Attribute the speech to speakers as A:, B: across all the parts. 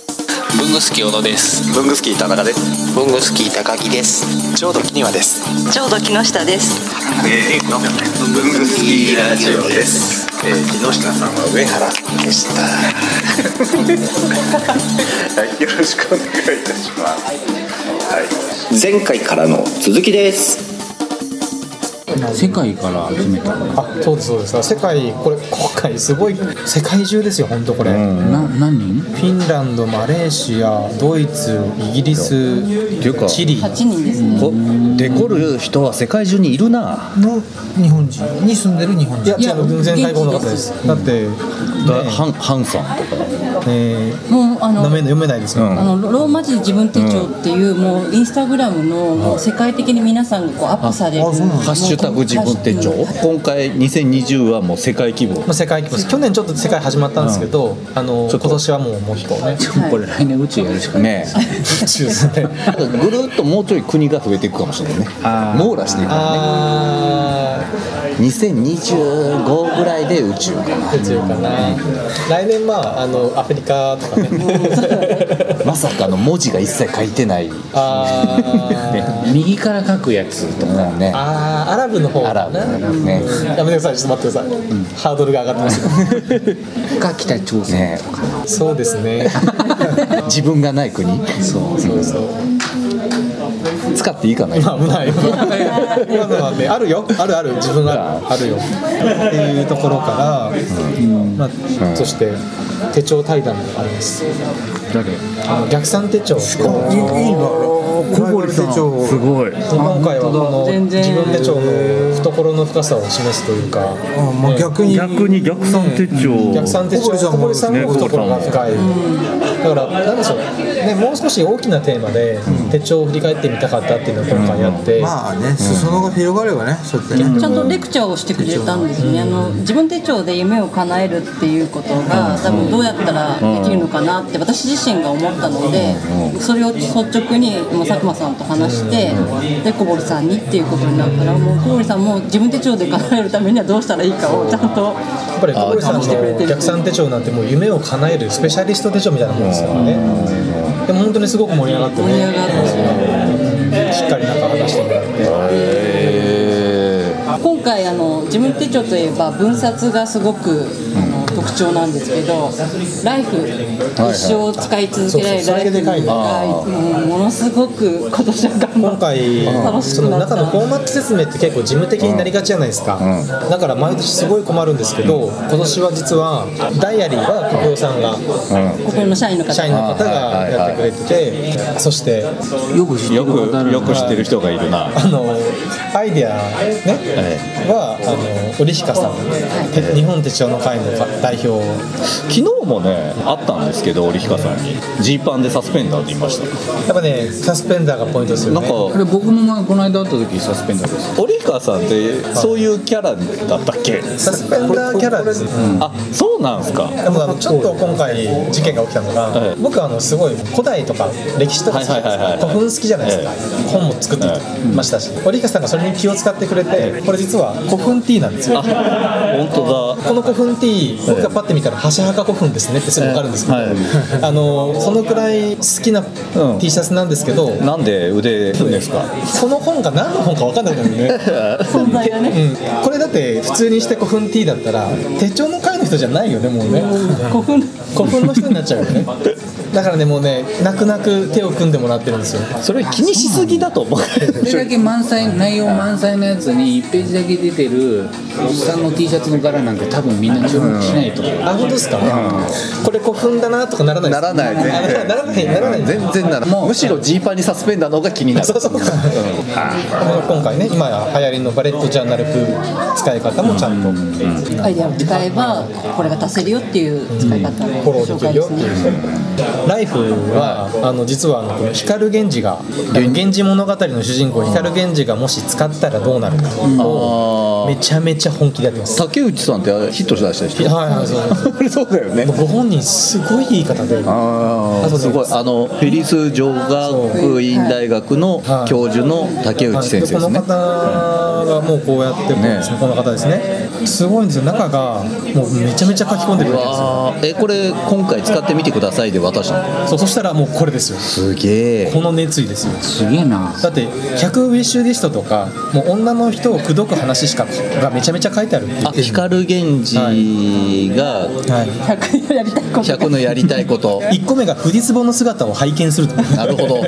A: 文具好き小野です
B: 文具スキー田中です
A: 文具好き高木です
B: ちょうど木庭です
C: ちょうど木下です。
B: 文具スキーラジオです、えー、木下さんは上原さんでした はい、よろしくお願いいたしますはい、
D: 前回からの続きです
A: 世界から集めたの
E: あそうですそうです世界これ今回すごい世界中ですよ本当これ、フ
A: な何人
E: ィンランドマレーシアドイツイギリス
D: いうか
E: チリ
C: 八人ですね。
D: おデコる人は世界中にいるな
E: の日本人に住んでる日本人いや
A: いや
E: 違う全然外国の方ですだって、ね
D: だハンハンさんとか
E: え
C: もうあ
E: ー、
C: の
E: な。め読めないですよ、
C: あのローマ字自分手帳っていう、もうインスタグラムのもう世界的に皆さんがこうアップされる
E: あそうなんだ
D: ハッシュタグ自分手帳
C: もうこの
D: 今回2020はもう世界規模
E: まあ、世界規模です去年ちょっと世界始まったんですけど、あの今年はもうもっとね
A: これ来年宇宙やるしかない
D: ね
E: 中ですね
D: えぐるっともうちょい国が増えていくかもしれないね網羅していくから ね
E: あ
D: 2025ぐらいで宇宙かな
E: あ中かな来年まああのアフリカとか ね
D: まさかの文字が一切書いてない
E: ああ
A: 右から書くやつ
D: とかね
E: ああアラブの方
D: ア
E: か
D: ラ
E: な
D: ブね
E: やめてくださいちょっと待ってください、ハードルが上がってますよ
A: か北朝鮮
D: ね
E: そうですね
D: 自分がない国
E: そうそう
D: 使っていいかな
E: 今危ない今のはねあるよあるある自分があるあるよっていうところから、まあ、そして手帳対談もあります
A: 誰
E: あの逆算手帳すごいいい小堀手帳
A: すごい
E: 今回はこの
C: 全然
E: 自分手帳の懐の深さを示すというか
F: まあ、逆に
G: 逆に逆算手帳
E: 逆算手帳小堀さんの懐が深い、だからなんでしょう、ね、もう少し大きなテーマで手帳を振り返ってみたかったっていうのを今回やって、
F: まあね裾野が広がればねそうやってね
C: ちゃんとレクチャーをしてくれたんですね、あの自分手帳で夢を叶えるっていうことが多分どうやったらできるのかなって私自身が思ったのでそれを率直にまあ佐久間さんと話してで小堀さんにっていうことになったらもう小堀さんも自分手帳で叶えるためにはどうしたらいいかをちゃんと
E: やっぱり小堀さんの逆算手帳なんてもう夢を叶えるスペシャリスト手帳みたいなもんですからねでも本当にすごく盛り上がって
C: 盛り上
E: ね
C: がって。
E: しっかりなんか話してもらって
C: 今回あの自分手帳といえば分冊がすごくあの特徴なんですけどライフ一生使い続けられる
E: そう
C: ラ
E: そうそれ
C: イ
E: がで
C: フ
E: かいね
C: がもうものすごく今年は頑張
E: 今
C: って
E: 回
C: 楽し
E: そ
C: く
E: の
C: なっ
E: 中のフォ
C: た
E: ーマット説明って結構事務的になりがちじゃないですか、だから毎年すごい困るんですけど今年は実はダイアリーは久保さんが
C: ここの社員の方
E: 社員の方がやってくれててそして
A: よく知って
D: よ
A: る方だ
D: く
A: な
D: よく知ってる人がいるな
E: あのアイデア、ねはあの織彦さん、て日本手帳の会の代表
D: 昨日もねあったんですけど織彦さんにジーパンでサスペンダーって言いました
E: やっぱねサスペンダーがポイントですよ
D: なん
E: ね
A: あ
D: か
A: れ僕も前この間会った時サスペンダーです
D: 織川さんってそういうキャラだったっけ
E: サスペンダーキャラです、
D: あそうなんすか
E: でもあのちょっと今回事件が起きたのが、
D: はい
E: 僕はあのすごい古代とか歴史とか好きじゃない
D: はいはいは
E: で
D: いはい
E: すか古墳好きじゃないですか、本も作ってましたし堀川さんがそれに気を使ってくれてこれ実は古墳ティーなんですよ
D: あ本当だ
E: この古墳ティー僕がパッて見たら箸墓古墳ですねってすぐ分かるんですけど、
D: はい
E: あのそのくらい好きな T シャツなんですけど、
D: なんで腕振るんですか
E: その本が何の本か分かんなくなるね
C: 存在がね
E: これだって普通にして古墳 T だったら手帳の会の人じゃないよねもうね
C: 古墳
E: 古墳の人になっちゃうよねだからねもうね泣く泣く手を組んでもらってるんですよ
D: それ気にしすぎだと思う
A: それだけ満載内容満載のやつに1ページだけ出てるおっさんの T シャツの柄なんて多分みんな注目しないと思う
E: あ本当ですか、これ古墳だなとかならないですか
D: ならない全然
E: あならないならない
D: 全然なら
A: もう
D: むしろジーパンにサスペンダーの方が気になる
E: そうそうそう今回ね今や流行りのバレットジャーナル風使い方もちゃんと
C: アイデアを使えばこれが達せるよっていう使い方の
E: フォロー
C: 紹
E: でき
C: 介
E: る
C: で
E: よっ
C: す
E: て
C: ね
E: いうライフはあの実はあのこの光源氏が「源氏物語」の主人公光源氏がもし使ったらどうなるかをめちゃめちゃ本気でやってます。
D: 竹内さんってヒットしだしたでし
E: はいはいそうです
D: ょそうだよね
E: ご本人すごい言い方で
D: あーすごいあのフェリス女学院大学の教授の竹内先生で
E: こ
D: す
E: の
D: ね
E: 方がもうこうやってこうですねこの方ですねすごいんですよ中がもうめめちゃめちゃ書き込んでくれてるんですよ
D: あーえこれ今回使ってみてくださいで渡したの
E: そうそしたらもうこれですよ
D: すげえ
E: この熱意ですよ
A: すげえな
E: だって100ウィッシュリストとかもう女の人を口説く話しかがめちゃめちゃ書いてあるっていう
D: あ光源氏が
E: は
C: 100のやりたいこと
D: 100のやりたいこと
E: い、1個目が富士壺の姿を拝見すると
D: なるほど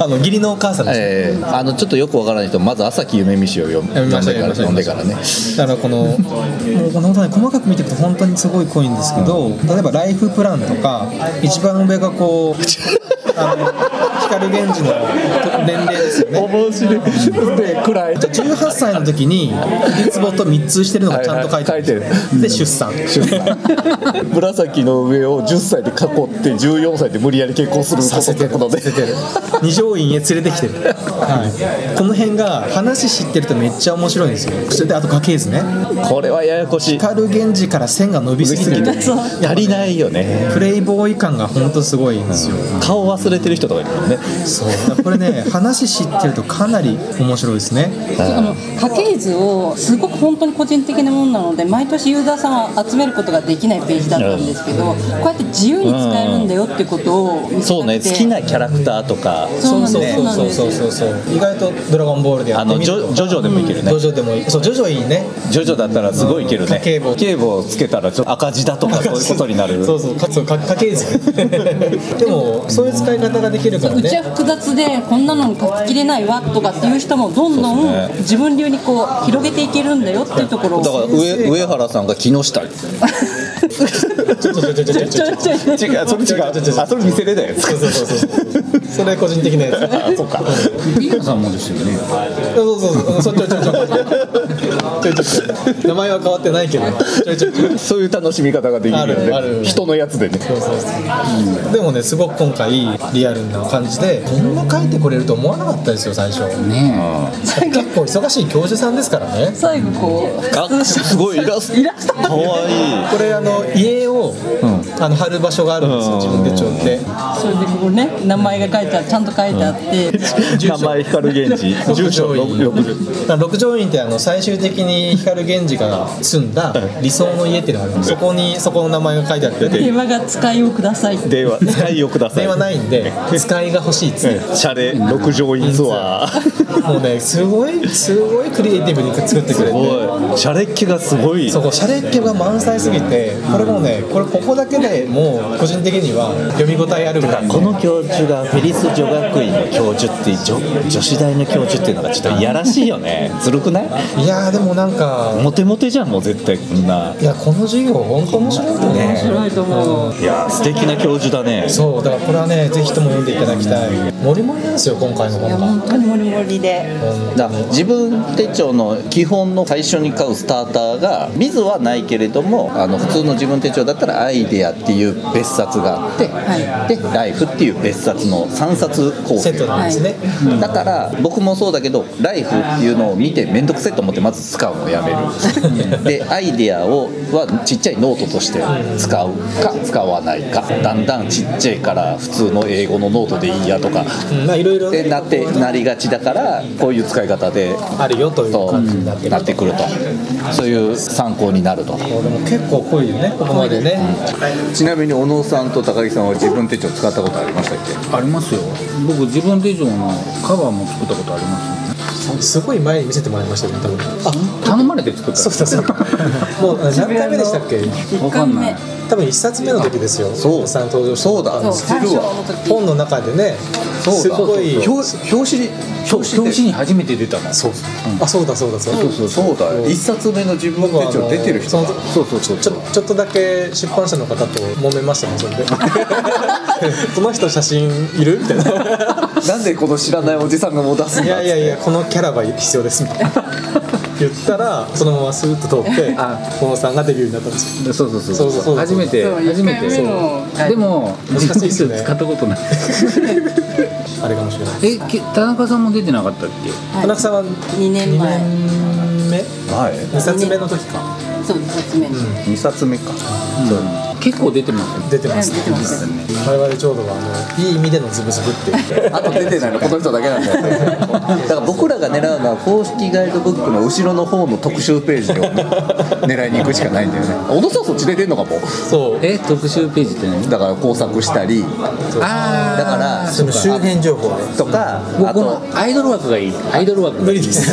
E: あの義理のお母さんです、
D: えーあのちょっとよくわからない人まず朝木夢見氏を読む
E: 読みま
D: 読ん
E: した
D: でから読んでからね
E: だからこのもうこの本当に細かく見ていくと本当にすごい濃いんですけど例えばライフプランとか一番上がこう あの光源氏の年齢です よね
D: 面白いで暗い
E: 18歳の時に首つぼと密通してるのがちゃんと書いてあるん
D: はい
E: で
D: はい書い
E: すよで出産
D: 紫の上を10歳で囲って14歳で無理やり結婚することってことで
E: 二条院へ連れてきてる、はい、この辺が話知ってるとめっちゃ面白いんですよそれであと家系図ね
D: これはややこしい
E: 光源氏から線が伸びすぎてる
D: 足りないよね
E: プレイボーイ感がほんとすごいんですよ、
D: 顔忘れてる人とかいるもんね
E: そうだからこれね話知ってるとかなり面白いですね
C: あの家系図をすごく本当に個人的なものなので毎年ユーザーさんを集めることができないページだったんですけどこうやって自由に使えるんだよってことを見せたくて
D: そうね好きなキャラクターとか
C: そうなんですそうなん
E: そう
C: です
E: そうそうそう意外と「ドラゴンボール」でや
D: あ
E: って
D: の
E: みる
D: ジョ
E: と
D: ジョジョでもいけるね
E: ジョジョでもいいそうジョジョいいね
D: ジョジョだったらすごいいけるね
E: 家計簿
D: 計簿をつけたらちょっと赤字だとかそういうことになる
E: そうそうかそうか家系 図でもそういう使い方ができるから
C: うちは
E: ね
C: 複雑でこんなのに書ききれないわとかっていう人もどんどん自分流にこう広げていけるんだよっていうところを
D: だから上上原さんが木下違う
E: ちょちょちょちょちょち
C: ち
E: ょ
C: ょいちょい
D: それ違うあそれ見せれだよ
E: そうそうそうそうそれ個人的なやつ
D: あそうか
A: ピーナさんもですよね
E: そうそうそうそうちょいちょいちょいちょいちょいちょい名前は変わってないけどちょいちょいちょい
D: そういう楽しみ方ができるよ
E: あるあ
D: ね
E: る
D: 人のやつでね
E: そうそうそうでもねすごく今回リアルな感じでこんな書いてこれると思わなかったですよ最初
A: ね
E: 結構忙しい教授さんですからね
C: 最後こう
D: あすごいイラスト
C: イラスト
D: かわいい
E: これあの家を、あの貼る場所があるんですよ自分で帳って
C: それでこうね名前が書いてあるちゃんと書いてあって
D: 名前光源氏住所60
E: だから六条院ってあの最終的に光源氏が住んだ理想の家っていうのがあるんですそこにそこの名前が書いてあって
C: 電話が使いをくださいって
D: 電話使いをください
E: 電話ないんで使いが欲しいっつって
D: シャレ六条院ツアー
E: もうねすごいすごいクリエイティブに作ってくれて
D: おいシャレっ気がすごい
E: そこシャレっ気が満載すぎてこれもうねこれここだけでもう個人的には読み応えあるぐらい
D: この教授がフェリス女学院の教授って女女子大の教授っていうのがちょっといやらしいよねずるくない
E: いやーでもなんか
D: モテモテじゃんもう絶対こんない
E: やこの授業本当面白いよね面白いと思う、
D: いや素敵な教授だね
E: そうだからこれはねぜひとも読んでいただきたいモリモリなんですよ今回の本が
C: 本当にモリモリで
D: だから自分手帳の基本の最初に買うスターターが水はないけれどもあの普通の自分手帳だったら「アイデア」っていう別冊があって「でライフ」っていう別冊の3冊構
E: セ
D: 成
E: ットなんですね、
D: だから僕もそうだけど「ライフ」っていうのを見て面倒くせえと思ってまず使うのをやめるでアイデアをはちっちゃいノートとして使うか使わないかだんだんちっちゃいから普通の英語のノートでいいやとか
E: うんまあいろいろ
D: ってなってなりがちだからこういう使い方で
E: あるよという
D: と
E: 感じになってる
D: なってくるとそういう参考になると
E: これも結構濃いよねここまでね
B: ちなみに小野さんと高木さんは自分手帳使ったことありましたっけ
A: ありますよ僕自分手帳のカバーも作ったことあります
E: すごい前に見せてもらいましたよね多分あ
A: 頼まれて作った
E: そうそうそうも う何回目でしたっけ
A: わかんない
E: 多分一冊目の時ですよ
B: そう
E: 小野さん登場した
B: そうだ
C: そう最初の時
E: 本の中でねすごい
B: 表表紙に
A: そう
B: 表紙
A: 表
B: で
A: 紙に初めて出たの
E: そうあそうだそうだそうだ
B: そうそうだよ一冊目の自分手帳出てる人
E: 僕はあのそ
B: そうそうそう
E: ちょちょっとだけ出版社の方と揉めましたねそれ でこの人写真いるみたいな
B: なんでこの知らないおじさんがもう出すん
E: い
B: だ
E: やいやいやこのキャラは必要ですみたいな言ったらそのままスーッと通って小野さんがデビューになったんですよ
A: そうそうそう
E: そうそうそう
A: 初めて
C: そう
A: 初めて
C: 一回目の
A: でも
E: 難しい
A: 自分
E: っす
A: 手
E: ね
A: 帳使ったことない
E: あれかもしれない
A: えけ田中さんも出てなかったっけ
E: 田中さんは2
C: 2年前
E: 年目2冊目の時か
C: そう2冊目に、
D: 2冊目か、
A: 結構出てますよ
E: 出てます
C: 出てます
E: 我々ちょうどあのいい意味でのズブズブっていう
D: あと出てないのこの人だけなんだよねだから僕らが狙うのは公式ガイドブックの後ろの方の特集ページを 狙いに行くしかないんだよね小野さんそっち出てんのかも
E: そう
A: え特集ページって何
D: だから工作したり
A: あ
D: だから
F: その周辺情報で
D: とかあ
A: 僕ことのアイドル枠がいいアイドル枠が
E: 無
A: いい
E: 理です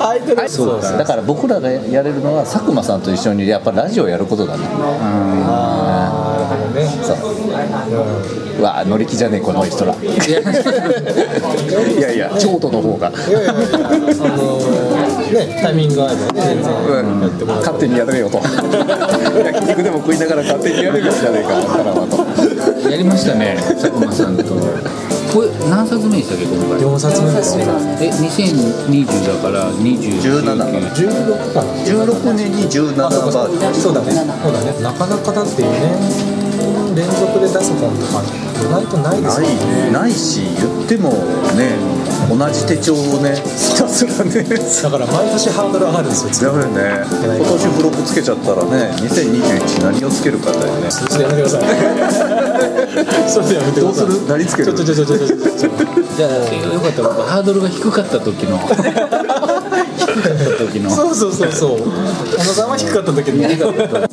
E: アイドルそう
D: だから僕らがやれるのは佐久間さんと一緒にやっぱラジオやることだね
E: なるほどね
D: そううわ乗り気じゃねえこの人らいやいや京都の方が
E: いやいやいやあのねタイミングがあればね全然
D: 勝手にやれよと焼肉でも食いながら勝手にやれよじゃねえかあんたらはと
A: やりましたね佐久間さんとこれ何冊目でしたっけ今回
E: 4冊目ですね
A: え2020だから20
D: 17かな
E: 16かな
D: 16年に17バ
E: そうか
D: ージョン
E: そうだねそうだねなかなかだって4年連続で出す本とか意外とないですよね
D: ないないし言ってもね同じ手帳をねひたすらね
E: だから毎年ハードル上がるんです
D: や
E: よ
D: ばいね今年ブロックつけちゃったらね2021何をつけるかだよね
E: ちょっとやめてくださいそれでやめてく
D: ど
E: だ
D: う
E: さ
D: す
E: い
D: る何つけ
E: ち
D: る
E: ょちょちょちょちょちょちょ
A: じゃあよかったら僕ハードルが低かった時の低かった時 の
E: そうそうそうそう小野さんは低かったんだけど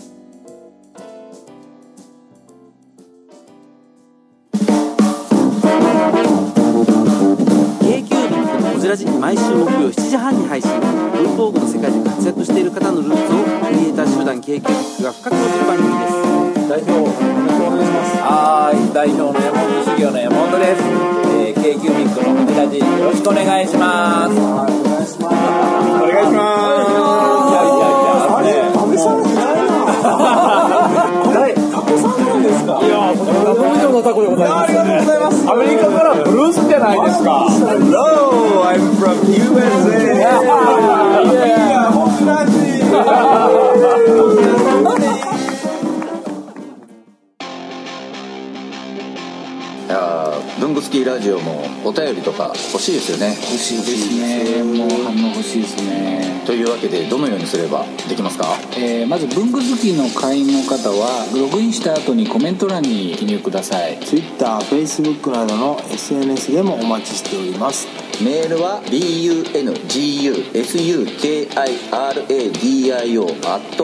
B: いやー文具好きラジオもお便りとか欲しいですよね
A: 欲しいですねもう反応欲しいですね
B: というわけでどのようにすればできますか
A: えーまず文具好きの会員の方はログインした後にコメント欄に記入ください
H: TwitterFacebook などの SNS でもお待ちしております
B: メールは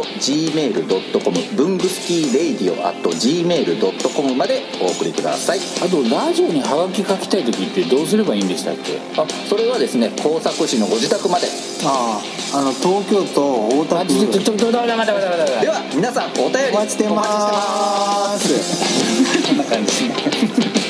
B: bungusukiradio.gmail.com 文具スキーレイディオ at .gmail.com までお送りください
A: あとラジオにハガキ書きたい時ってどうすればいいんでしたっけ
B: あそれはですね工作士のご自宅まで
H: あああの東京都大田
A: あ
H: 区
A: ちょちょちょちょ待って待って待って待って
B: では皆さんお便り
H: お待ちしてます
B: お待ちしてますこんな感じ